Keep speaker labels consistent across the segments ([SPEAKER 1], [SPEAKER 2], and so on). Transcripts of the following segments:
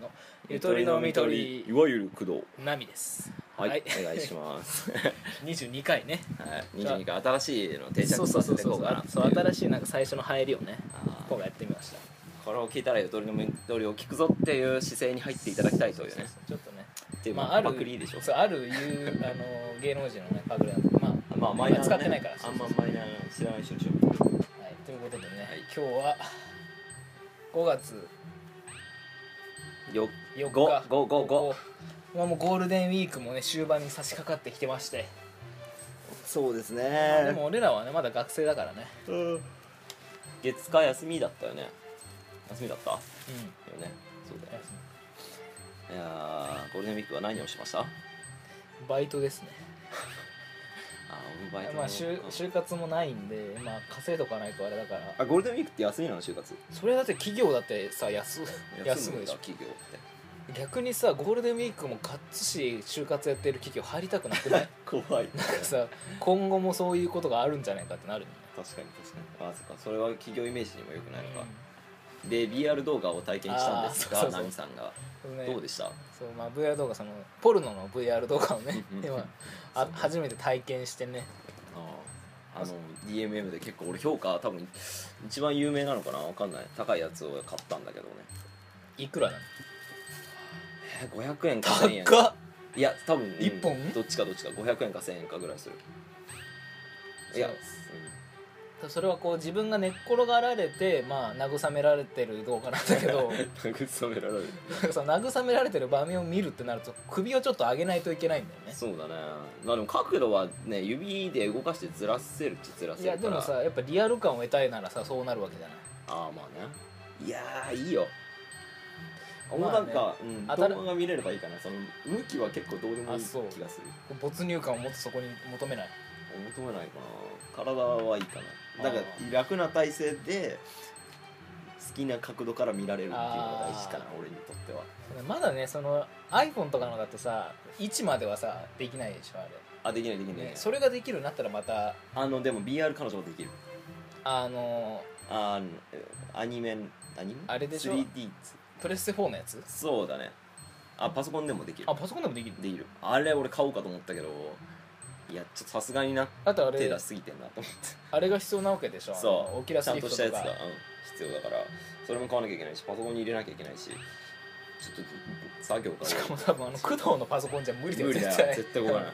[SPEAKER 1] のゆとりのみとり
[SPEAKER 2] いわゆる工藤
[SPEAKER 1] ナミです
[SPEAKER 2] はい、
[SPEAKER 1] はい
[SPEAKER 2] お願い します、
[SPEAKER 1] 22回ね
[SPEAKER 2] はい、22回新しいの定
[SPEAKER 1] そう
[SPEAKER 2] 着
[SPEAKER 1] そうそ
[SPEAKER 2] させ
[SPEAKER 1] う
[SPEAKER 2] てい
[SPEAKER 1] そ
[SPEAKER 2] こうか
[SPEAKER 1] う
[SPEAKER 2] なってい
[SPEAKER 1] そう新しいなんか最初の入りをね
[SPEAKER 2] あー
[SPEAKER 1] 今回やってみました
[SPEAKER 2] これを聞いたらゆとりのみとりを聞くぞっていう姿勢に入っていただきたいというね
[SPEAKER 1] そうそうそうちょっとね
[SPEAKER 2] っていう
[SPEAKER 1] ま
[SPEAKER 2] ま
[SPEAKER 1] あ
[SPEAKER 2] あ
[SPEAKER 1] あ
[SPEAKER 2] あ
[SPEAKER 1] る
[SPEAKER 2] パクリでしょ
[SPEAKER 1] そうある有あの芸能人のねパクリなんでまあ
[SPEAKER 2] まあマイナー、ね、
[SPEAKER 1] 使ってないから
[SPEAKER 2] あんまマイナー知らない人でしょ
[SPEAKER 1] はい、ということでね、
[SPEAKER 2] はい
[SPEAKER 1] 今日は5月
[SPEAKER 2] よ
[SPEAKER 1] 4日
[SPEAKER 2] ごごごご
[SPEAKER 1] まあもうゴールデンウィークもね終盤に差し掛かってきてまして、
[SPEAKER 2] そうです
[SPEAKER 1] でも俺らはねまだ学生だからね
[SPEAKER 2] 月火休みだったよね休みだったよ
[SPEAKER 1] うん
[SPEAKER 2] ねそうだよいやーゴールデンウィークは何をしましたあ
[SPEAKER 1] バイトですね
[SPEAKER 2] ー俺バイトの
[SPEAKER 1] まあ就就活もないんでまあ稼いとかないとあれだから
[SPEAKER 2] あゴールデンウィークって休みなの就活
[SPEAKER 1] それだって企業だってさ休む休む
[SPEAKER 2] ん
[SPEAKER 1] で
[SPEAKER 2] だ
[SPEAKER 1] しょ
[SPEAKER 2] 企業って
[SPEAKER 1] 逆にさゴールデンウィークもがっつし就活やってる企業入りたくな くない
[SPEAKER 2] 怖い
[SPEAKER 1] なんかさ今後もそういうことがあるんじゃないかってなるよね
[SPEAKER 2] 確かに確かにあそっかそれは企業イメージにも良くないのか、で BR 動画を体験したんです
[SPEAKER 1] あー
[SPEAKER 2] が
[SPEAKER 1] そうそうそう
[SPEAKER 2] ナミさんが
[SPEAKER 1] うんね
[SPEAKER 2] どうでした
[SPEAKER 1] そうまあ VR 動画そのポルノの VR 動画をね
[SPEAKER 2] うんうん
[SPEAKER 1] 今あ
[SPEAKER 2] そう
[SPEAKER 1] 初めて体験してね
[SPEAKER 2] あの DMM で結構俺評価多分一番有名なのかなわかんない高いやつを買ったんだけどね
[SPEAKER 1] いくらなの
[SPEAKER 2] えー500円か1000円
[SPEAKER 1] 高っ
[SPEAKER 2] いや多分、うん
[SPEAKER 1] 一本
[SPEAKER 2] どっちかどっちか500円か1000円かぐらいするいや、
[SPEAKER 1] そう
[SPEAKER 2] う
[SPEAKER 1] それはこう自分が寝っ転がられてまあ慰められてる動画なんだけど
[SPEAKER 2] ん、慰められる
[SPEAKER 1] なんかその慰められてる場面を見るってなると首をちょっと上げないといけないんだよね
[SPEAKER 2] そうだねまあでも角度はね指で動かしてずらせるっちゃずらせ
[SPEAKER 1] い
[SPEAKER 2] るか
[SPEAKER 1] や
[SPEAKER 2] ら
[SPEAKER 1] でもさやっぱリアル感を得たいならさそうなるわけじゃない
[SPEAKER 2] ああまあねいやーいいよ
[SPEAKER 1] まあね
[SPEAKER 2] もうなんか、うん、
[SPEAKER 1] 当たる
[SPEAKER 2] 動画が見れればいいかなその向きは結構どうでもい
[SPEAKER 1] あ
[SPEAKER 2] い
[SPEAKER 1] そう
[SPEAKER 2] 気がする
[SPEAKER 1] 没入感をもっとそこに求めない
[SPEAKER 2] 求めないかな体はいいかなだから
[SPEAKER 1] あ
[SPEAKER 2] 楽な体勢で好きな角度から見られるっていうのが大事かな
[SPEAKER 1] あ
[SPEAKER 2] 俺にとっては
[SPEAKER 1] まだねその iPhone とかのだとさ位置まではさできないでしょあ
[SPEAKER 2] あできないできない
[SPEAKER 1] れ、ね
[SPEAKER 2] できない、
[SPEAKER 1] それができるようになったらまた
[SPEAKER 2] あのでも BR 彼女もできる
[SPEAKER 1] あの
[SPEAKER 2] あえアニメアニメ
[SPEAKER 1] あれでしょ
[SPEAKER 2] 3D
[SPEAKER 1] プレステ4のやつ
[SPEAKER 2] そうだねあパソコンでもできる
[SPEAKER 1] あパソコンでもできる
[SPEAKER 2] できるあれ俺買おうかと思ったけどいやちょっとさすがにな
[SPEAKER 1] あとあ
[SPEAKER 2] 手
[SPEAKER 1] れ
[SPEAKER 2] 出しすぎてんなと思って
[SPEAKER 1] あれが必要なわけでしょあの
[SPEAKER 2] そ
[SPEAKER 1] オ
[SPEAKER 2] う
[SPEAKER 1] キラ
[SPEAKER 2] ち
[SPEAKER 1] ス
[SPEAKER 2] ゃん
[SPEAKER 1] リ
[SPEAKER 2] と
[SPEAKER 1] フ
[SPEAKER 2] し
[SPEAKER 1] ト
[SPEAKER 2] たや
[SPEAKER 1] と
[SPEAKER 2] つが、うん
[SPEAKER 1] か、
[SPEAKER 2] 必要だからそれも買わなきゃいけないしパソコンに入れなきゃいけないしちょっと作業から
[SPEAKER 1] しかも多分あの工藤のパソコンじゃ無理だよ
[SPEAKER 2] 無理だよ絶対動かない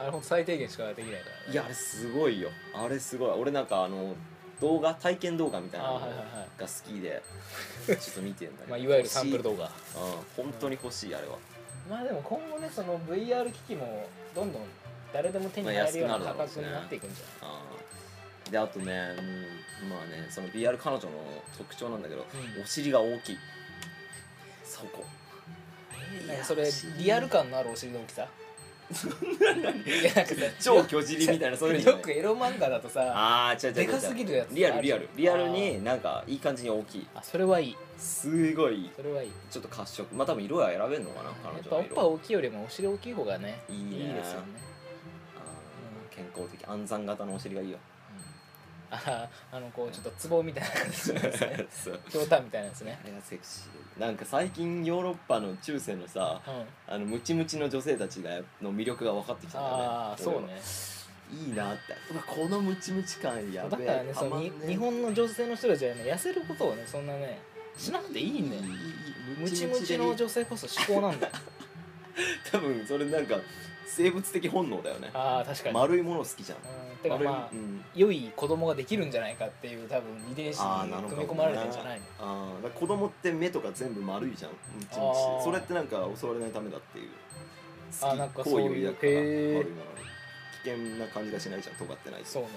[SPEAKER 1] あれほんと最低限しかできないからね、
[SPEAKER 2] いやあれすごいよあれすごい俺なんかあの動画体験動画みたいな
[SPEAKER 1] あ
[SPEAKER 2] の
[SPEAKER 1] はいはい
[SPEAKER 2] が
[SPEAKER 1] はい
[SPEAKER 2] 好 きでちょっと見てんだけど、
[SPEAKER 1] まあ、いわゆるサンプル
[SPEAKER 2] 画
[SPEAKER 1] 動画
[SPEAKER 2] うん本当に欲しいあれは
[SPEAKER 1] まあでも今後ねその VR 機器もどんどん誰でも手に入るような価格になっていくんじゃない、
[SPEAKER 2] あーであとね、うん、まあねその BR 彼女の特徴なんだけど、
[SPEAKER 1] うん
[SPEAKER 2] お尻が大きいそこ
[SPEAKER 1] なんかそれリアル感のあるお尻の大きさいやなんかさ
[SPEAKER 2] 超巨尻みたいなそういうのじゃ
[SPEAKER 1] よ
[SPEAKER 2] ない
[SPEAKER 1] くエロ漫画だとさあ
[SPEAKER 2] ああ違う違う違う
[SPEAKER 1] でかすぎるやつ
[SPEAKER 2] リアルリア
[SPEAKER 1] あ
[SPEAKER 2] ル
[SPEAKER 1] る
[SPEAKER 2] リアルになんかいい感じに大きい
[SPEAKER 1] それはいい
[SPEAKER 2] すごい
[SPEAKER 1] それはいい
[SPEAKER 2] ちょっと褐色まあ多分色は選べるのかな
[SPEAKER 1] やっ
[SPEAKER 2] 彼
[SPEAKER 1] ぱ
[SPEAKER 2] 女
[SPEAKER 1] お
[SPEAKER 2] の
[SPEAKER 1] っ
[SPEAKER 2] 色
[SPEAKER 1] ぱ大きいよりもお尻大きい方がね
[SPEAKER 2] いいね
[SPEAKER 1] ですよね、
[SPEAKER 2] あー健康的安産型のお尻がいいよ
[SPEAKER 1] うん、ああのこうちょっとツボみたいな感じ ですね
[SPEAKER 2] そう
[SPEAKER 1] ひょうたんみたいなやつね
[SPEAKER 2] あれがセクシーなんか最近ヨーロッパの中世のさ
[SPEAKER 1] うん
[SPEAKER 2] あのムチムチの女性たちがの魅力が分かってきたんだよね
[SPEAKER 1] ああ
[SPEAKER 2] 俺
[SPEAKER 1] そ
[SPEAKER 2] は
[SPEAKER 1] うね
[SPEAKER 2] いいなってうわこのムチムチ感や
[SPEAKER 1] だ
[SPEAKER 2] べ
[SPEAKER 1] か
[SPEAKER 2] え
[SPEAKER 1] らねそ
[SPEAKER 2] たま
[SPEAKER 1] の
[SPEAKER 2] ん
[SPEAKER 1] に日本の女性の人たちはね痩せることをねそんなねしなくていいんだよ
[SPEAKER 2] いいいい
[SPEAKER 1] ムチムチの
[SPEAKER 2] でいい
[SPEAKER 1] 女性こそ思考なんだよ
[SPEAKER 2] 多分それなんか生物的本能だよね
[SPEAKER 1] ああ確かに、
[SPEAKER 2] 丸いもの好きじゃん
[SPEAKER 1] うん、てかまあ
[SPEAKER 2] 丸いうん
[SPEAKER 1] 良い子供ができるんじゃないかっていう多分遺伝子
[SPEAKER 2] あー
[SPEAKER 1] に
[SPEAKER 2] なのか
[SPEAKER 1] 組み込まれてんじゃないの
[SPEAKER 2] あーだから子供って目とか全部丸いじゃんムチムチで
[SPEAKER 1] あー
[SPEAKER 2] それってなんか襲われないためだっていう
[SPEAKER 1] あーなんか
[SPEAKER 2] 好
[SPEAKER 1] そう
[SPEAKER 2] 意
[SPEAKER 1] い
[SPEAKER 2] を
[SPEAKER 1] う
[SPEAKER 2] 抱くから
[SPEAKER 1] へー
[SPEAKER 2] 丸いものに危険な感じがしないじゃん尖ってないし
[SPEAKER 1] そうね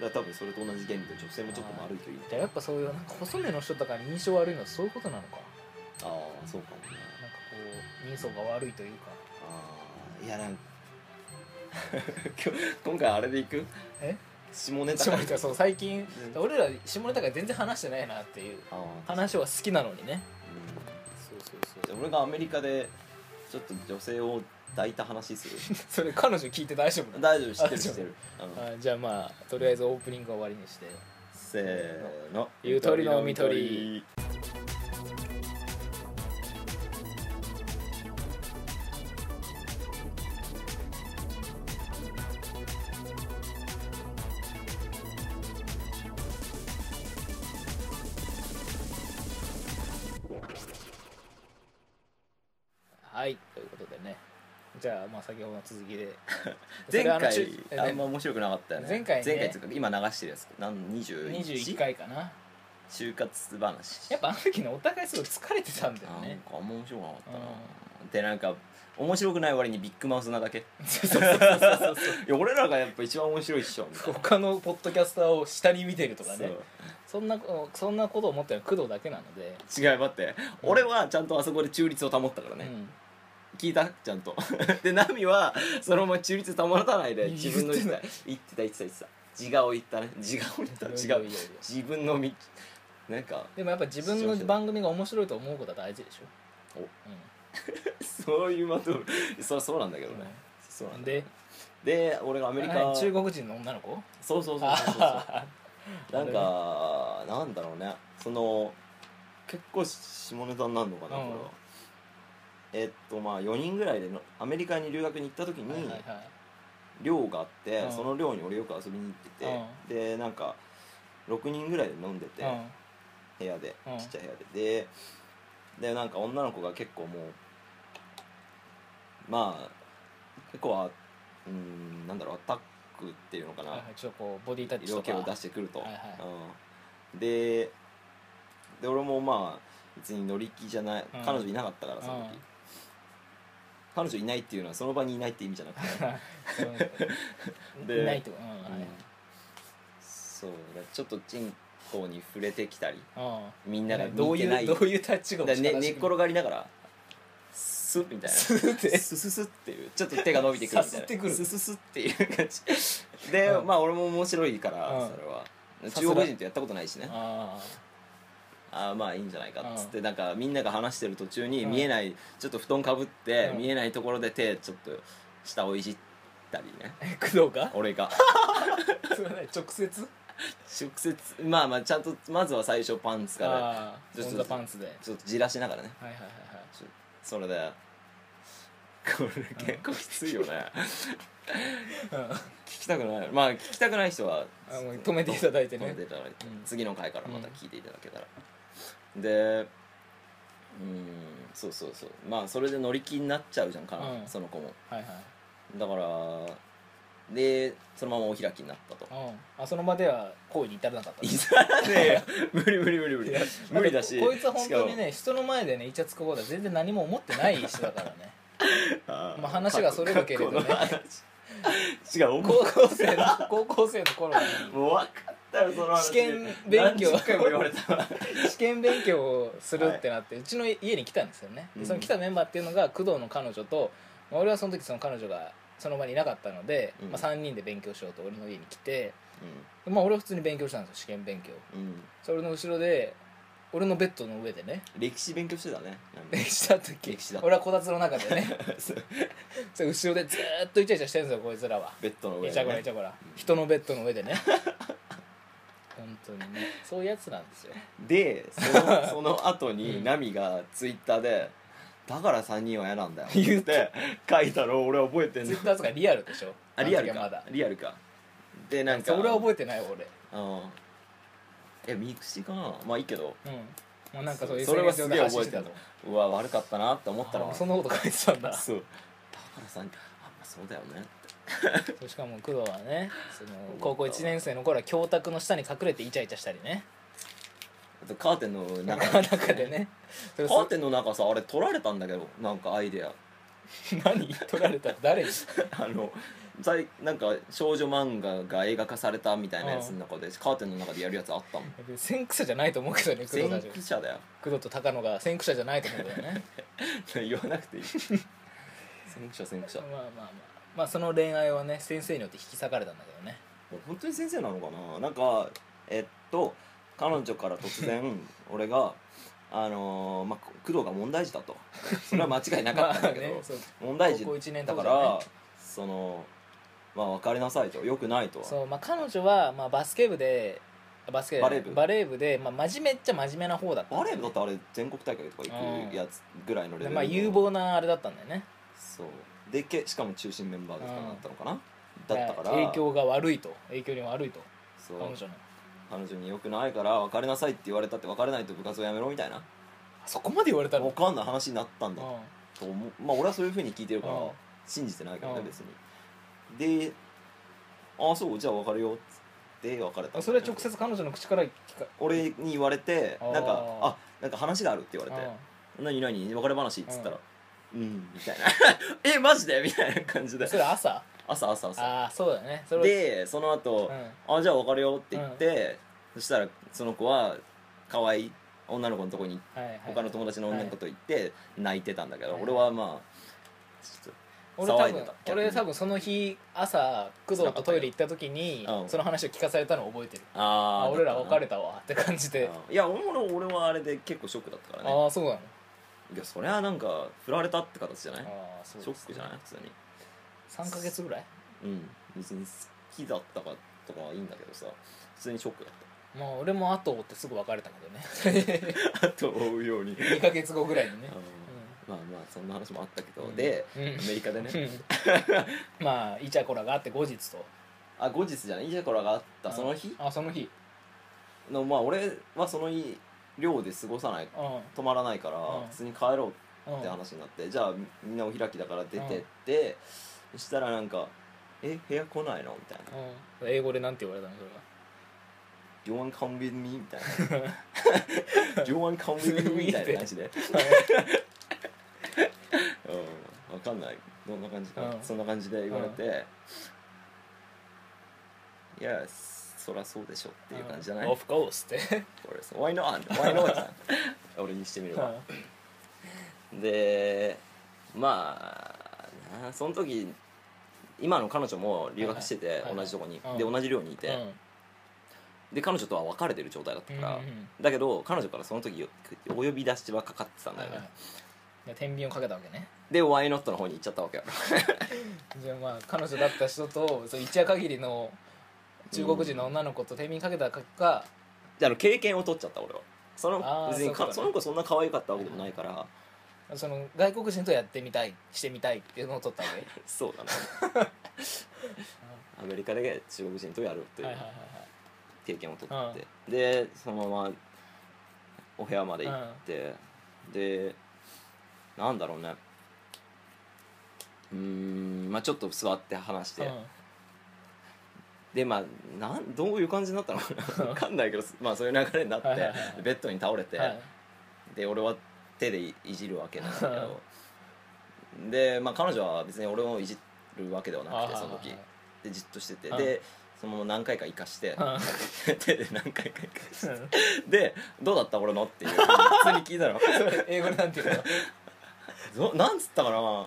[SPEAKER 2] だから多分それと同じ原理で女性もちょっと丸いといい
[SPEAKER 1] じゃあやっぱそういうなんか細めの人とかに印象悪いのはそういうことなのか
[SPEAKER 2] ああーそうかもね
[SPEAKER 1] なんかこう人相が悪いというか
[SPEAKER 2] あーいやなんか 今日今回あれでいく
[SPEAKER 1] え
[SPEAKER 2] 下ネタ
[SPEAKER 1] 下ネタそう最近
[SPEAKER 2] うん
[SPEAKER 1] 俺ら下ネタが全然話してないなっていう
[SPEAKER 2] あー
[SPEAKER 1] 話は好きなのにね
[SPEAKER 2] う
[SPEAKER 1] そうそうん
[SPEAKER 2] じゃあ俺がアメリカでちょっと女性を抱いた話する
[SPEAKER 1] それ彼女聞いて大丈夫なの
[SPEAKER 2] 大丈夫知って
[SPEAKER 1] あ
[SPEAKER 2] る
[SPEAKER 1] ち
[SPEAKER 2] 知
[SPEAKER 1] ょ
[SPEAKER 2] ってる、うん
[SPEAKER 1] あじゃあまあとりあえずオープニングは終わりにして
[SPEAKER 2] せーの
[SPEAKER 1] ゆとりのみとりはいということでねじゃあまあ先ほどの続きで
[SPEAKER 2] 前回
[SPEAKER 1] それは
[SPEAKER 2] あ
[SPEAKER 1] あ
[SPEAKER 2] ん
[SPEAKER 1] の
[SPEAKER 2] ま面白くなかったよね
[SPEAKER 1] 前回ね
[SPEAKER 2] 前回つうか今流してるやつなん
[SPEAKER 1] 21
[SPEAKER 2] 21
[SPEAKER 1] 回かな
[SPEAKER 2] 就活話
[SPEAKER 1] やっぱあの時ねお互いすごい疲れてたんだよ
[SPEAKER 2] なん
[SPEAKER 1] ね
[SPEAKER 2] かあんま面白くなかったなでなんか面白くない割にビッグマウスなだけい や俺らがやっぱ一番面白いっしょみたいな
[SPEAKER 1] 他のポッドキャスターを下に見てるとかね
[SPEAKER 2] そう
[SPEAKER 1] そんなこそんなことを思ってるのは工藤だけなので、
[SPEAKER 2] 違い待って、俺はちゃんとあそこで中立を保ったから
[SPEAKER 1] う
[SPEAKER 2] ね、
[SPEAKER 1] ん、
[SPEAKER 2] 聞いたちゃんと でナミはそのまま中立保たないで自分の言ってた言ってた言ってた言ってた自我を言ったね自我を言った
[SPEAKER 1] い
[SPEAKER 2] 違
[SPEAKER 1] やいうやいやいや
[SPEAKER 2] 自分のみなんか
[SPEAKER 1] でもやっぱ自分の番組が面白いと思うことは大事でしょ
[SPEAKER 2] おそういうまとめそりゃそうなんだけどね、そう
[SPEAKER 1] う
[SPEAKER 2] なん
[SPEAKER 1] ん、
[SPEAKER 2] だ
[SPEAKER 1] で
[SPEAKER 2] で俺がアメリカ、
[SPEAKER 1] はい中国人の女の子
[SPEAKER 2] そうそうそうそうそう
[SPEAKER 1] あ
[SPEAKER 2] なんかなんだろうねその結構下ネタになるのかな、
[SPEAKER 1] うん
[SPEAKER 2] これはえっとまあ4人ぐらいでのアメリカに留学に行った時に、
[SPEAKER 1] はいはいはい
[SPEAKER 2] 寮があって、
[SPEAKER 1] うん
[SPEAKER 2] その寮に俺よく遊びに行ってて、でなんか6人ぐらいで飲んでて、部屋で、
[SPEAKER 1] うん
[SPEAKER 2] ちっちゃい部屋でででなんか女の子が結構もうまあ結構はうんなんだろうアタックっていうのか
[SPEAKER 1] うん
[SPEAKER 2] な、
[SPEAKER 1] はいはいちょっとこうボディタッチ
[SPEAKER 2] 色
[SPEAKER 1] と
[SPEAKER 2] 気
[SPEAKER 1] か
[SPEAKER 2] を出してくると、
[SPEAKER 1] はいは
[SPEAKER 2] うん、でで俺もまあ別に乗り気じゃない、
[SPEAKER 1] うん
[SPEAKER 2] 彼女いなかったからその時、
[SPEAKER 1] うん
[SPEAKER 2] 彼女いないっていうのはその場にいないって意味じゃなくて、
[SPEAKER 1] うん
[SPEAKER 2] で
[SPEAKER 1] いないとうんは
[SPEAKER 2] うんそうだちょっとチンコに触れてきたり
[SPEAKER 1] いうん
[SPEAKER 2] みんなが
[SPEAKER 1] どう
[SPEAKER 2] 見てない
[SPEAKER 1] いうどういうタッチが
[SPEAKER 2] だからね寝っ転がりながらスッみたいな
[SPEAKER 1] スッて
[SPEAKER 2] スススっていうちょっと手が伸びてくるみた
[SPEAKER 1] さ
[SPEAKER 2] いな
[SPEAKER 1] すってくる
[SPEAKER 2] スススっていう感じで、
[SPEAKER 1] うん
[SPEAKER 2] まあ俺も面白いから、
[SPEAKER 1] うん
[SPEAKER 2] それは
[SPEAKER 1] さすが
[SPEAKER 2] 中国人とやったことないしね
[SPEAKER 1] あ
[SPEAKER 2] あーまあいいんじゃないかっつって、
[SPEAKER 1] う
[SPEAKER 2] なんかみんなが話してる途中に
[SPEAKER 1] うん
[SPEAKER 2] 見えない、ちょっと布団かぶって、
[SPEAKER 1] うん
[SPEAKER 2] 見えないところで手ちょっと下をいじったりね
[SPEAKER 1] あ工藤が
[SPEAKER 2] 俺が
[SPEAKER 1] それはね直接
[SPEAKER 2] 直接まあまあちゃんとまずは最初パンツから
[SPEAKER 1] ああ
[SPEAKER 2] ちょっ
[SPEAKER 1] オ
[SPEAKER 2] と
[SPEAKER 1] ンザパンツではい
[SPEAKER 2] ちょっとじらしながらね
[SPEAKER 1] はいはいはい
[SPEAKER 2] ちょそれでこれ結構きついよね、
[SPEAKER 1] うん
[SPEAKER 2] 聞きたくないまあ聞きたくない人は
[SPEAKER 1] あもう止めていただいてね
[SPEAKER 2] 止めていただいて
[SPEAKER 1] うん
[SPEAKER 2] 次の回からまた聞いていただけたら、でうんそうそうそうまあそれで乗り気になっちゃうじゃんかな、
[SPEAKER 1] うん
[SPEAKER 2] その子も
[SPEAKER 1] はいはい
[SPEAKER 2] だからでそのままお開きに なったと
[SPEAKER 1] うん、あその場では行為に至らなかった
[SPEAKER 2] い
[SPEAKER 1] ね
[SPEAKER 2] ざね無理無理無理無理
[SPEAKER 1] いや
[SPEAKER 2] 無理だし
[SPEAKER 1] ここいつは本当に
[SPEAKER 2] し
[SPEAKER 1] ね人の前でねイチャつくことは全然何も思ってない人だから ね
[SPEAKER 2] かも
[SPEAKER 1] まあ話がそれるけれどね
[SPEAKER 2] 過去の 話違うお前
[SPEAKER 1] 高校生の 高校生の頃に
[SPEAKER 2] もう分かったよその話
[SPEAKER 1] 試験勉強
[SPEAKER 2] 何十回も言われ たわ
[SPEAKER 1] 試験勉強をするってなって、うちの家に来たんですよね、でその来たメンバーっていうのが工藤の彼女とまあ俺はその時その彼女がその場にいなかったので、
[SPEAKER 2] うん
[SPEAKER 1] まあ、3人で勉強しようと俺の家に来て、でまあ、俺は普通に勉強したんですよ試験勉強
[SPEAKER 2] うん、うん、
[SPEAKER 1] それの後ろで俺のベッドの上でね
[SPEAKER 2] 歴史勉強して たね
[SPEAKER 1] した時
[SPEAKER 2] 歴史だ
[SPEAKER 1] 俺はこたつの中で ねそれ後ろでずーっとイチャイチャしてるんですよこいつらは
[SPEAKER 2] ベッドの上
[SPEAKER 1] いちゃ
[SPEAKER 2] で
[SPEAKER 1] こら
[SPEAKER 2] ね
[SPEAKER 1] いちゃこら人のベッドの上でね本当にねそういうやつなんですよ
[SPEAKER 2] で そのその後
[SPEAKER 1] うん
[SPEAKER 2] にナミがツイッターで「だから3人は嫌なんだよ」
[SPEAKER 1] 言う
[SPEAKER 2] って書いたのを俺覚えてん
[SPEAKER 1] ツイ
[SPEAKER 2] の
[SPEAKER 1] ッターとかリアルでしょ
[SPEAKER 2] あリアル
[SPEAKER 1] あの時はまだ
[SPEAKER 2] かリアルかでなんか
[SPEAKER 1] そう俺は覚えてない俺
[SPEAKER 2] うんえミクシィかなまあいいけど
[SPEAKER 1] うんもうなんかそういう
[SPEAKER 2] それは
[SPEAKER 1] SNS
[SPEAKER 2] す
[SPEAKER 1] で
[SPEAKER 2] げえ
[SPEAKER 1] 発信
[SPEAKER 2] 覚え
[SPEAKER 1] してた
[SPEAKER 2] る
[SPEAKER 1] と
[SPEAKER 2] のうわ悪かったなって思った
[SPEAKER 1] あ
[SPEAKER 2] ら
[SPEAKER 1] ーそんなこと書いてたんだそ
[SPEAKER 2] そうだから3人あまあそうだよね
[SPEAKER 1] うしかも工藤はねその高校1年生の頃は教卓の下に隠れてイチャイチャしたりね
[SPEAKER 2] あとカーテンの
[SPEAKER 1] なか
[SPEAKER 2] 中
[SPEAKER 1] なかでね そ
[SPEAKER 2] カ
[SPEAKER 1] れ
[SPEAKER 2] ーテンの中さあれ取られたんだけどなんかアイデア
[SPEAKER 1] 何取られた誰に
[SPEAKER 2] あの在なんか少女漫画が映画化されたみたいなやつの中でカーテンの中でやるやつあったもん
[SPEAKER 1] 先駆者じゃないと思うけどね工
[SPEAKER 2] 先
[SPEAKER 1] 藤たち
[SPEAKER 2] 駆者だよ
[SPEAKER 1] 工藤と高野が先駆者じゃないと思うけどね
[SPEAKER 2] 言わなくていい先駆者先駆者
[SPEAKER 1] まあまあまあまあその恋愛はね先生によって引き裂かれたんだけどね
[SPEAKER 2] もう本当に先生なのかななんかえっと彼女から突然 俺があのーまあ、工藤が問題児だとそれは間違いなかったんだけど、
[SPEAKER 1] まあねそう
[SPEAKER 2] 問題児
[SPEAKER 1] 高校一年
[SPEAKER 2] だ
[SPEAKER 1] 当
[SPEAKER 2] か
[SPEAKER 1] 時
[SPEAKER 2] ら、
[SPEAKER 1] はね
[SPEAKER 2] そのまあ別れなさいとよくないと
[SPEAKER 1] そう、まあ、彼女は、まあ、バスケ部でバスケ
[SPEAKER 2] バレー部
[SPEAKER 1] バレー部で、まあ、真面目っちゃ真面目な方だった
[SPEAKER 2] バレー部だってあれ全国大会とか行くやつぐらいのレベ
[SPEAKER 1] で
[SPEAKER 2] ル
[SPEAKER 1] まあ
[SPEAKER 2] の
[SPEAKER 1] 有望なあれだったんだよね
[SPEAKER 2] そうでけしかも中心メンバーだったのかな、だったから
[SPEAKER 1] 影響が悪いと影響に悪いと
[SPEAKER 2] そう
[SPEAKER 1] 彼女の
[SPEAKER 2] 彼女によくないから別れなさいって言われたって別れないと部活をやめろみたいな
[SPEAKER 1] そこまで言われたの
[SPEAKER 2] 分かんない話になったんだ
[SPEAKER 1] う
[SPEAKER 2] と思うまあ俺はそういうふうに聞いてるから
[SPEAKER 1] うん
[SPEAKER 2] 信じてないけど
[SPEAKER 1] う
[SPEAKER 2] ね
[SPEAKER 1] ん
[SPEAKER 2] 別にで「ああそうじゃあ別れよう」っつって別れた
[SPEAKER 1] あそれは直接彼女の口から聞か
[SPEAKER 2] 俺に言われて
[SPEAKER 1] あー
[SPEAKER 2] なんか「あなんか話がある」って言われて
[SPEAKER 1] あ
[SPEAKER 2] 「何何別れ話」っつった
[SPEAKER 1] う
[SPEAKER 2] ら
[SPEAKER 1] ん
[SPEAKER 2] 「うん」みたいな「 えマジで?」みたいな感じで
[SPEAKER 1] あそれ朝
[SPEAKER 2] 朝朝朝
[SPEAKER 1] ああそうだねそれは
[SPEAKER 2] でその後、あじゃあ別れようって言って、そしたらその子は可愛い女の子のとこに
[SPEAKER 1] うんはいはい、
[SPEAKER 2] 他の友達の女の子と行って泣いてたんだけど、
[SPEAKER 1] はい
[SPEAKER 2] 俺はまあちょっ
[SPEAKER 1] 俺多
[SPEAKER 2] 騒いで
[SPEAKER 1] 分
[SPEAKER 2] た逆に
[SPEAKER 1] 俺多分その日朝工藤とトイレ行った時に
[SPEAKER 2] うん
[SPEAKER 1] その話を聞かされたのを覚えてる
[SPEAKER 2] とあ
[SPEAKER 1] あ
[SPEAKER 2] あ
[SPEAKER 1] 俺ら別れ
[SPEAKER 2] た
[SPEAKER 1] たわって感じで
[SPEAKER 2] いや俺も俺はあれで結構ショックだったからね
[SPEAKER 1] ああそうなの
[SPEAKER 2] いやそりゃなんか振られたって形じゃない、
[SPEAKER 1] ああそう
[SPEAKER 2] ショックじゃない普通
[SPEAKER 1] 3か月ぐらい
[SPEAKER 2] にうん別に好きだったかとかはいいんだけどさ普通にショックだっ
[SPEAKER 1] まあ俺も後を追ってすぐ別れた けどね
[SPEAKER 2] た あと追うように
[SPEAKER 1] 2か月後ぐらいにね
[SPEAKER 2] あのまあまあそんな話もあったけど、
[SPEAKER 1] うん
[SPEAKER 2] で、
[SPEAKER 1] うん
[SPEAKER 2] アメリカでね
[SPEAKER 1] うんまあイチャコラがあって後日と
[SPEAKER 2] あ後日じゃないイチャコラがあったその日
[SPEAKER 1] あその日
[SPEAKER 2] のまあ俺はその寮で過ごさない
[SPEAKER 1] うんうん
[SPEAKER 2] 泊まらないから、
[SPEAKER 1] うん
[SPEAKER 2] 普通に帰ろうって話になって、じゃあみんなお開きだから出てって、そしたらなんか「え部屋来ないの?」みたいな
[SPEAKER 1] うん英語でなんて言われたのそれは
[SPEAKER 2] 「Do you want to come with me?」みたい な「Do you want to come with me?」みたいな感じで、 うん、分かんないどんな感じか、
[SPEAKER 1] うん
[SPEAKER 2] そんな感じで言われて「いやそりゃそうでしょ」っていう感じじゃない、
[SPEAKER 1] オフコースって
[SPEAKER 2] 俺さ Why not? Why not? 俺にしてみれば、でまあなその時今の彼女も留学してて、
[SPEAKER 1] はいはい
[SPEAKER 2] 同じとこに、
[SPEAKER 1] うん
[SPEAKER 2] で同じ寮にいて、
[SPEAKER 1] うん
[SPEAKER 2] で彼女とは別れてる状態だったから、
[SPEAKER 1] うんうん
[SPEAKER 2] だけど彼女からその時よお呼び出しはかかってたんだよね、
[SPEAKER 1] はいはいで天秤をかけたわけね
[SPEAKER 2] でワイノットの方に行っちゃったわけよ
[SPEAKER 1] じゃあまあ彼女だった人とそう一夜限りの中国人の女の子と天秤かけた結果、
[SPEAKER 2] であの経験を取っちゃった俺はそ
[SPEAKER 1] あ
[SPEAKER 2] の
[SPEAKER 1] ー
[SPEAKER 2] 別にか
[SPEAKER 1] そ
[SPEAKER 2] そう
[SPEAKER 1] いう
[SPEAKER 2] の子そんな可愛かったわけでもないから、
[SPEAKER 1] その外国人とやってみたいしてみたいっていうのを取ったわけ
[SPEAKER 2] そうだね アメリカで中国人とやるという、
[SPEAKER 1] はいはいはい
[SPEAKER 2] 経験を取って、でそのままお部屋まで行って、でなんだろうねうーんまあちょっと座って話して、
[SPEAKER 1] はい
[SPEAKER 2] でまあなんどういう感じになったのか なわかんないけどまあそういう流れになって、
[SPEAKER 1] はいはいはい
[SPEAKER 2] ベッドに倒れて、
[SPEAKER 1] うんはい
[SPEAKER 2] で俺は手でいいじるわけなんだけどでまあ彼女は別に俺をいじるわけではなくてその時でじっとしてて、
[SPEAKER 1] うん
[SPEAKER 2] でそのまま何回か生かして、
[SPEAKER 1] あ
[SPEAKER 2] 手で何回か生かして。
[SPEAKER 1] ーはいはい
[SPEAKER 2] で「どうだった俺の?」っていう普通に 聞いたの
[SPEAKER 1] うん英語でなんて 言うの
[SPEAKER 2] どなんつったかな「How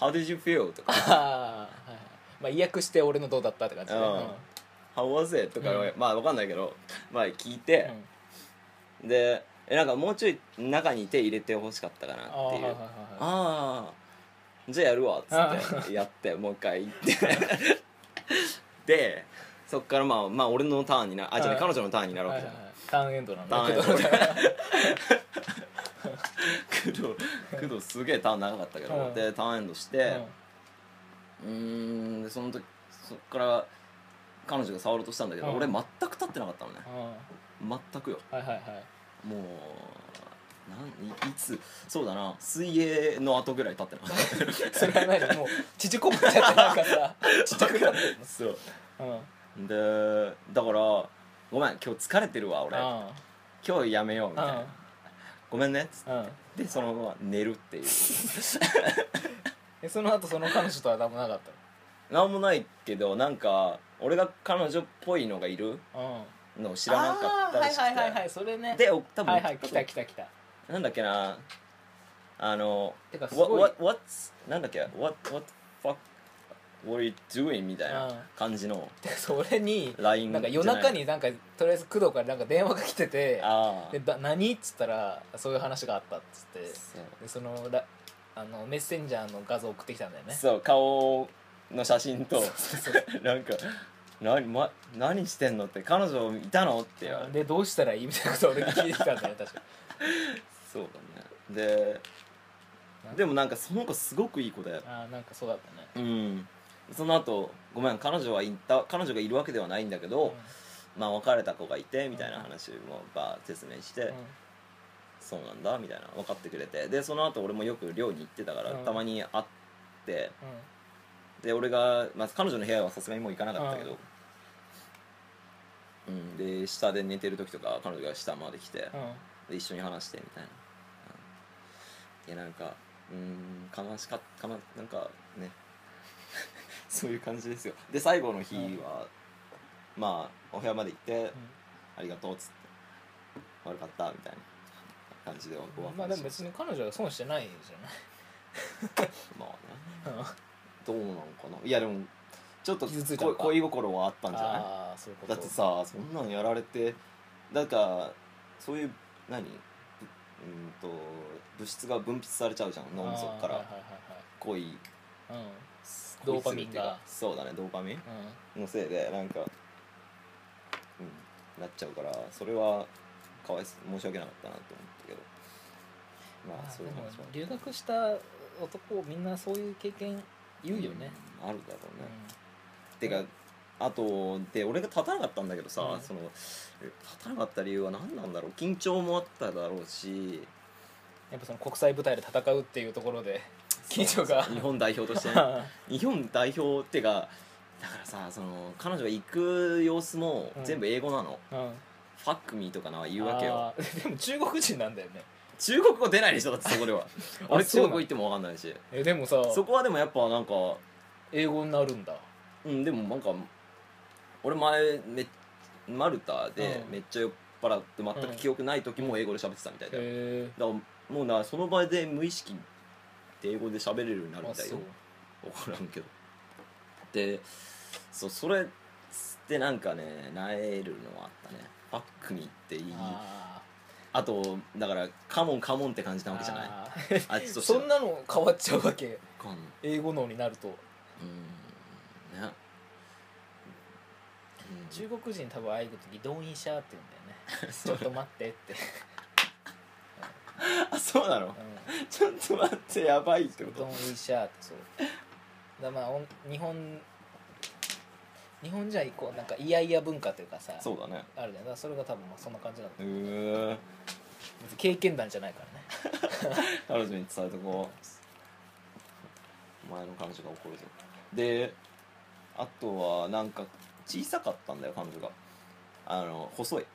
[SPEAKER 2] did you feel?」とか
[SPEAKER 1] あーはいはいまあ意訳して俺のどうだったって感じで、
[SPEAKER 2] うん「How was it?」とか、
[SPEAKER 1] うん
[SPEAKER 2] まあわかんないけどまあ聞いて、でえなんかもうちょい中に手入れてほしかったかな
[SPEAKER 1] ああー
[SPEAKER 2] って
[SPEAKER 1] はい
[SPEAKER 2] い
[SPEAKER 1] はいうはいはい
[SPEAKER 2] ああじゃあやるわっつってやってもう一回行ってでそっからまあまあ俺のターンになあじゃあね
[SPEAKER 1] はい
[SPEAKER 2] 彼女のターンになるわ
[SPEAKER 1] は
[SPEAKER 2] け
[SPEAKER 1] い
[SPEAKER 2] じ
[SPEAKER 1] は
[SPEAKER 2] ゃ
[SPEAKER 1] い
[SPEAKER 2] ん
[SPEAKER 1] ターンエンドなん
[SPEAKER 2] タ
[SPEAKER 1] だ
[SPEAKER 2] ーンエンド
[SPEAKER 1] けど
[SPEAKER 2] 工藤工藤すげえターン長かったけど、
[SPEAKER 1] うん
[SPEAKER 2] でターンエンドして、うーんでその時そっから彼女が触ろうとしたんだけど、
[SPEAKER 1] うん
[SPEAKER 2] 俺全く立ってなかったのね
[SPEAKER 1] うんうんはい
[SPEAKER 2] 全くよ
[SPEAKER 1] はいはい
[SPEAKER 2] もう何いいつそうだな水泳の後ぐらい立ってなかっ
[SPEAKER 1] それは何もう縮こまっちゃってなんかさ ちっちゃくなってる
[SPEAKER 2] た そう
[SPEAKER 1] のうん
[SPEAKER 2] でだから「ごめん今日疲れてるわ俺
[SPEAKER 1] あ
[SPEAKER 2] 今日やめよう」みたい
[SPEAKER 1] あ
[SPEAKER 2] な「ごめんね」っつっ
[SPEAKER 1] うんうん
[SPEAKER 2] てでそのまま寝るっていう
[SPEAKER 1] えその後その彼女とは何もなかっ
[SPEAKER 2] なんもないけどなんか俺が彼女っぽいのがいる
[SPEAKER 1] たのうん
[SPEAKER 2] のを知らなかったらしくて、
[SPEAKER 1] あーはいはいはいはいそれね
[SPEAKER 2] でお多分、
[SPEAKER 1] はいはい来た来た来た
[SPEAKER 2] なんだっけなあの
[SPEAKER 1] てかすごい
[SPEAKER 2] what, what, what, なんだっけ What, what the fuck what are you doing? みたい
[SPEAKER 1] うん
[SPEAKER 2] な感じの
[SPEAKER 1] でそれに
[SPEAKER 2] LINE
[SPEAKER 1] なんか夜中になんかとりあえず工藤からなんか電話が来てて
[SPEAKER 2] ああ
[SPEAKER 1] でだ何っつったらそういう話があったっつって
[SPEAKER 2] そう
[SPEAKER 1] でそのらあのメッセンジャーの画像送ってきたんだよね
[SPEAKER 2] そう顔の写真と
[SPEAKER 1] そうそう
[SPEAKER 2] なんか何,、ま、何してんのって彼女いたのって言われて
[SPEAKER 1] でどうしたらいいみたいなことを俺に聞いてきたんだよね確 か
[SPEAKER 2] そうだねででもなんかその子すごくいい子で
[SPEAKER 1] あーなんかそうだったね
[SPEAKER 2] うんその後ごめん彼女はいた彼女がいるわけではないんだけど、まあ別れた子がいてみたいな話もバー説明して、
[SPEAKER 1] うんうん
[SPEAKER 2] そうなんだみたいな分かってくれてでその後俺もよく寮に行ってたから、
[SPEAKER 1] うん
[SPEAKER 2] たまに会ってで俺が、まあ、彼女の部屋はさすがにもう行かなかったけど、うん、で下で寝てる時とか彼女が下まで来て、
[SPEAKER 1] うんうん
[SPEAKER 2] で一緒に話してみたいな、うんいやなんかうーん悲しかったかまなんかね そういう感じですよで最後の日は、まあお部屋まで行って、ありがとうっつって悪かったみたいな感じで終わ
[SPEAKER 1] まあでも別に彼女は損してないじ
[SPEAKER 2] まあね
[SPEAKER 1] ゃない
[SPEAKER 2] どうなのかないやでもちょっと
[SPEAKER 1] 傷ついたのか
[SPEAKER 2] こ恋心はあったんじゃない
[SPEAKER 1] ああそういうこと
[SPEAKER 2] だってさそんなのやられてなんかそういう何ぶうんと物質が分泌されちゃうじゃん脳みそか
[SPEAKER 1] あー
[SPEAKER 2] ら
[SPEAKER 1] はい
[SPEAKER 2] 恋
[SPEAKER 1] はいはいはい
[SPEAKER 2] 恋
[SPEAKER 1] ドーパミンが
[SPEAKER 2] するっていうかそうだねドーパミン
[SPEAKER 1] うんうん
[SPEAKER 2] のせいでなんかうんなっちゃうからそれはかわいそう申し訳なかったなと思ったけどまあ
[SPEAKER 1] あ
[SPEAKER 2] そういう
[SPEAKER 1] でも
[SPEAKER 2] 話もある
[SPEAKER 1] 留学した男みんなそういう経験言うよね、
[SPEAKER 2] うんあるだろう
[SPEAKER 1] うん
[SPEAKER 2] ね、てかあとで俺が立たなかったんだけどさ、
[SPEAKER 1] うん
[SPEAKER 2] その立たなかった理由は何なんだろう緊張もあっただろ うし
[SPEAKER 1] やっぱその国際舞台で戦うっていうところで緊張が
[SPEAKER 2] 日本代表とし て、ね、 日本代表ってかだからさその彼女が行く様子も
[SPEAKER 1] うん
[SPEAKER 2] 全部英語なの、
[SPEAKER 1] うん
[SPEAKER 2] ファックミーとかな言うわけよ
[SPEAKER 1] あー でも中国人なんだよね
[SPEAKER 2] 中国語出ないでしょだってそこ では俺
[SPEAKER 1] そうな
[SPEAKER 2] 中
[SPEAKER 1] の
[SPEAKER 2] 国行っても分かんないし
[SPEAKER 1] えでもさ
[SPEAKER 2] そこはでもやっぱなんか
[SPEAKER 1] 英語になるんだ
[SPEAKER 2] うんでもなんか俺前めマルタで
[SPEAKER 1] うん
[SPEAKER 2] めっちゃ酔っ払って全
[SPEAKER 1] う
[SPEAKER 2] く
[SPEAKER 1] ん
[SPEAKER 2] 記憶ない時も英語で喋ってたみたいだよ、
[SPEAKER 1] へ
[SPEAKER 2] だからもうなその場で無意識で英語で喋れるようにな
[SPEAKER 1] え
[SPEAKER 2] るみ
[SPEAKER 1] あ
[SPEAKER 2] たい
[SPEAKER 1] そ
[SPEAKER 2] よ
[SPEAKER 1] う
[SPEAKER 2] 分からんけどでそうそれってなんかねなえるのはあったねパックミっていいあ
[SPEAKER 1] あ
[SPEAKER 2] とだからカモンカモンって感じ
[SPEAKER 1] ー
[SPEAKER 2] なわけじゃない
[SPEAKER 1] あ
[SPEAKER 2] あっ
[SPEAKER 1] ー
[SPEAKER 2] ちとして
[SPEAKER 1] そ
[SPEAKER 2] は
[SPEAKER 1] んなの変わっちゃうわけ
[SPEAKER 2] わかんない
[SPEAKER 1] 英語能になると
[SPEAKER 2] うんね
[SPEAKER 1] 中国人多分ああいう時動員者って言うんだよね ちょっと待ってって、
[SPEAKER 2] あそうなの
[SPEAKER 1] う
[SPEAKER 2] ちょっと待ってやばいって
[SPEAKER 1] ん、
[SPEAKER 2] こ
[SPEAKER 1] 動
[SPEAKER 2] と
[SPEAKER 1] 員者ってそうだからまあおん日本日本じゃこうなんかいやいや文化というかさ
[SPEAKER 2] そうだね
[SPEAKER 1] あるじゃんだからそれが多分まあそんな感じなんだ
[SPEAKER 2] うー
[SPEAKER 1] 別に経験談じゃないからね
[SPEAKER 2] 彼女に伝えとこうお前の彼女が怒るぞであとはなんか小さかったんだよ彼女があの細い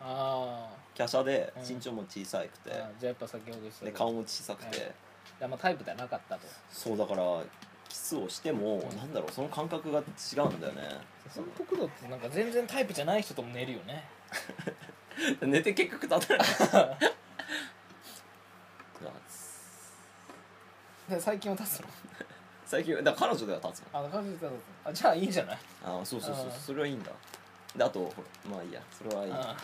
[SPEAKER 1] あ
[SPEAKER 2] 華奢で
[SPEAKER 1] うん
[SPEAKER 2] 身長も小さく
[SPEAKER 1] ー
[SPEAKER 2] て、
[SPEAKER 1] あーじゃあやっぱ先ほど言ってた
[SPEAKER 2] で
[SPEAKER 1] けど
[SPEAKER 2] 顔も小さくて、
[SPEAKER 1] うんあんまタイプではなかったと
[SPEAKER 2] そうだからキスをしても、
[SPEAKER 1] うん
[SPEAKER 2] なんだろうその感覚が違うんだよね
[SPEAKER 1] その国土ってなんか全然タイプじゃない人とも寝るよね
[SPEAKER 2] 寝て結局立たない
[SPEAKER 1] で最近は立つの
[SPEAKER 2] 最近だから彼女では立つの
[SPEAKER 1] あ彼女立つのあじゃあいいんじゃない
[SPEAKER 2] あそうそうそう
[SPEAKER 1] うん
[SPEAKER 2] それはいいんだであとほらまあいいやそれはいい
[SPEAKER 1] ああ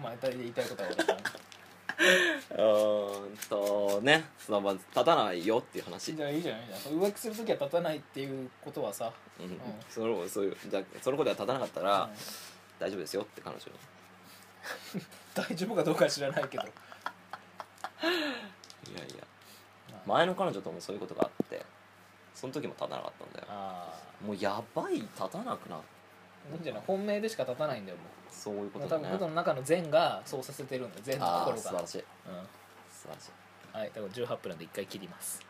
[SPEAKER 1] まあ大体言いたいことは分 かった
[SPEAKER 2] うーんとねそのまず立たないよっていう話、うん
[SPEAKER 1] じゃあいいじゃないいいじゃん浮気する時は立たないっていうことはさ、
[SPEAKER 2] そのそういうじゃその子では立たなかったら、
[SPEAKER 1] うん
[SPEAKER 2] 大丈夫ですよって彼女に
[SPEAKER 1] 大丈夫かどうかは知らないけど、
[SPEAKER 2] いやいや前の彼女ともそういうことがあってその時も立たなかったんだよ
[SPEAKER 1] あ
[SPEAKER 2] もうやばい立たなくな
[SPEAKER 1] あなんじゃない本命でしか立たないんだよもう
[SPEAKER 2] そういうこと
[SPEAKER 1] 多
[SPEAKER 2] だ
[SPEAKER 1] 分
[SPEAKER 2] ね
[SPEAKER 1] 部の中の善がそうさせてるんだよ善の
[SPEAKER 2] ああ
[SPEAKER 1] 心
[SPEAKER 2] 素晴ら
[SPEAKER 1] が
[SPEAKER 2] しい
[SPEAKER 1] うん
[SPEAKER 2] 素晴らし
[SPEAKER 1] はい、だから18分なんで一回切ります。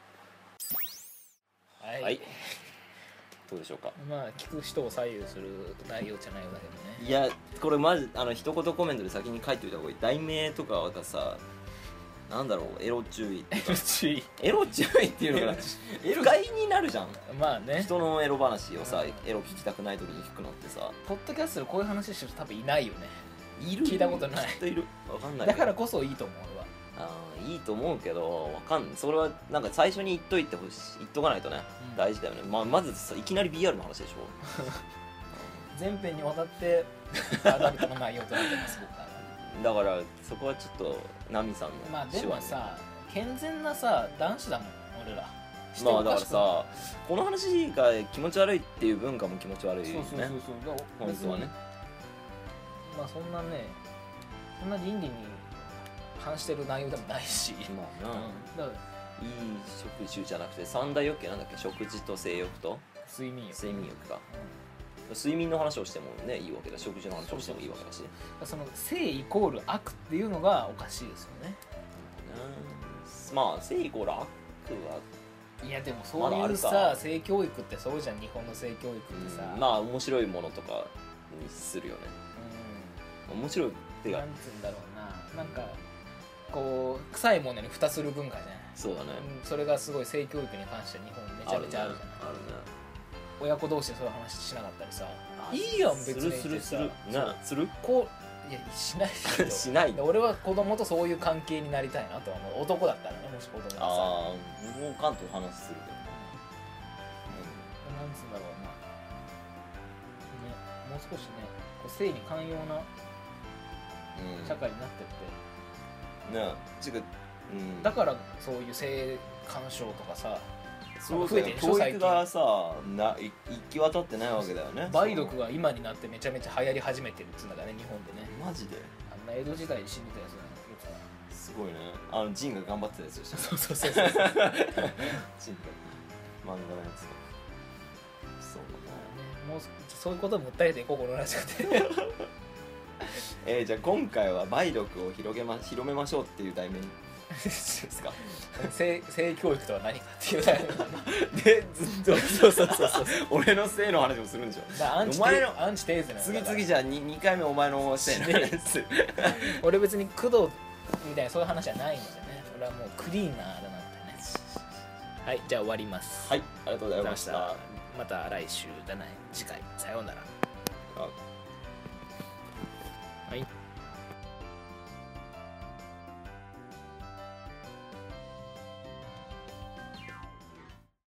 [SPEAKER 1] はい
[SPEAKER 2] いはいどうでしょうか
[SPEAKER 1] まあ聞く人を左右する内容じゃないようだけど ね。
[SPEAKER 2] いやこれマジあの一言コメントで先に書いておいた方がいい題名とかがさなんだろうエロ注意っていうか
[SPEAKER 1] 注意。
[SPEAKER 2] エロ注意っていうのが不快になるじゃん
[SPEAKER 1] まあね。
[SPEAKER 2] 人のエロ話をさ、
[SPEAKER 1] う
[SPEAKER 2] エロ聞きたくない時に聞くのってさ
[SPEAKER 1] ポッドキャストでこういう話してる人多分いないよね。
[SPEAKER 2] いる
[SPEAKER 1] 聞いたことない
[SPEAKER 2] きっといるわかんないけ
[SPEAKER 1] だ
[SPEAKER 2] ど
[SPEAKER 1] からこそいいと思う俺は。
[SPEAKER 2] あーいいと思うけどわかんないそれはなんか最初に言っといてほしい言っとかないとね、
[SPEAKER 1] うん
[SPEAKER 2] 大事だよね、まあ、まずさいきなり BR の話でしょ
[SPEAKER 1] 全編にわたってアダルトの内容となってます僕 は。
[SPEAKER 2] だからそこはちょっとナミさんの
[SPEAKER 1] まあで
[SPEAKER 2] 手腕
[SPEAKER 1] もさ、健全なさ男子だもん俺ら。して
[SPEAKER 2] まあ
[SPEAKER 1] お
[SPEAKER 2] だか
[SPEAKER 1] からしくない
[SPEAKER 2] さこの話が気持ち悪いっていう文化も気持ち悪いよ
[SPEAKER 1] そう
[SPEAKER 2] ね
[SPEAKER 1] そうそうそう。だから
[SPEAKER 2] 本当はね
[SPEAKER 1] まあそんなねそんな倫理に反してる内容でもないし、
[SPEAKER 2] まあ
[SPEAKER 1] う
[SPEAKER 2] な、
[SPEAKER 1] ん、だから
[SPEAKER 2] いい食事じゃなくて三大欲求なんだっけ食事と性欲と
[SPEAKER 1] 睡眠よ、
[SPEAKER 2] 睡眠欲か
[SPEAKER 1] うん
[SPEAKER 2] 睡眠の話をしてもねいいわけだし食事の話をしてもいいわけだし
[SPEAKER 1] その性イコール悪っていうのがおかしいですよね
[SPEAKER 2] まあ性イコール悪
[SPEAKER 1] いやでも
[SPEAKER 2] ま
[SPEAKER 1] そう
[SPEAKER 2] だあ
[SPEAKER 1] い
[SPEAKER 2] る
[SPEAKER 1] う
[SPEAKER 2] か
[SPEAKER 1] さ性教育ってそうじゃん日本の性教育ってさ、
[SPEAKER 2] は、
[SPEAKER 1] うん
[SPEAKER 2] まあ面白いものとかにするよね面白いって
[SPEAKER 1] な
[SPEAKER 2] か
[SPEAKER 1] んつうんだろうななんかこう臭いものに蓋する文化じゃない、
[SPEAKER 2] そうだね
[SPEAKER 1] うんそれがすごい性教育に関して日本めちゃめちゃあるじゃない
[SPEAKER 2] あるね
[SPEAKER 1] 親子同士でそういう話しなかったりさ
[SPEAKER 2] あ
[SPEAKER 1] いいやん別に
[SPEAKER 2] するする
[SPEAKER 1] って
[SPEAKER 2] する
[SPEAKER 1] さ
[SPEAKER 2] なする
[SPEAKER 1] こういやしないけど
[SPEAKER 2] しない
[SPEAKER 1] で俺は子供とそういう関係になりたいなとは思う男だったらねもし子供がさなん
[SPEAKER 2] ああもう関東話する
[SPEAKER 1] つうんだろうなねもう少しねこう性に寛容な
[SPEAKER 2] けどうん
[SPEAKER 1] 社会になってって、
[SPEAKER 2] ねちぐうん
[SPEAKER 1] だからそういう性干渉とかさ
[SPEAKER 2] そう
[SPEAKER 1] 増
[SPEAKER 2] だ
[SPEAKER 1] えてる
[SPEAKER 2] よね
[SPEAKER 1] でしょ
[SPEAKER 2] 教育がさな行き渡ってないわけだよね
[SPEAKER 1] 梅毒が今になってめちゃめちゃ流行り始めてるっつうんだからね日本でね
[SPEAKER 2] そのマジで
[SPEAKER 1] あんな江戸時代に死んでたやつなんだけどさ
[SPEAKER 2] すごいねあのジンが頑張ってたやつでした
[SPEAKER 1] そうそうそうそうそうね
[SPEAKER 2] ジンが漫画のやつそうだね
[SPEAKER 1] もうそういうことを訴えていこうこのラジオで
[SPEAKER 2] えー、じゃあ今回は梅毒を広げま広めましょうってい う題名ですか
[SPEAKER 1] 性性教育とは何かって いう題名
[SPEAKER 2] でずっとそうそうそうそう俺の性の話もするんで しょ
[SPEAKER 1] だからアンチ
[SPEAKER 2] お前
[SPEAKER 1] テ
[SPEAKER 2] の
[SPEAKER 1] アンチテーゼなんだ
[SPEAKER 2] 次
[SPEAKER 1] から
[SPEAKER 2] 次じゃあ 2, 回目お前の性の 話する
[SPEAKER 1] 俺別に工藤みたいなそういう話はないのでね俺はもうクリーナーだなんてねはいじゃあ終わります
[SPEAKER 2] はいありがとうございました
[SPEAKER 1] また来週だね次回さようなら
[SPEAKER 2] あ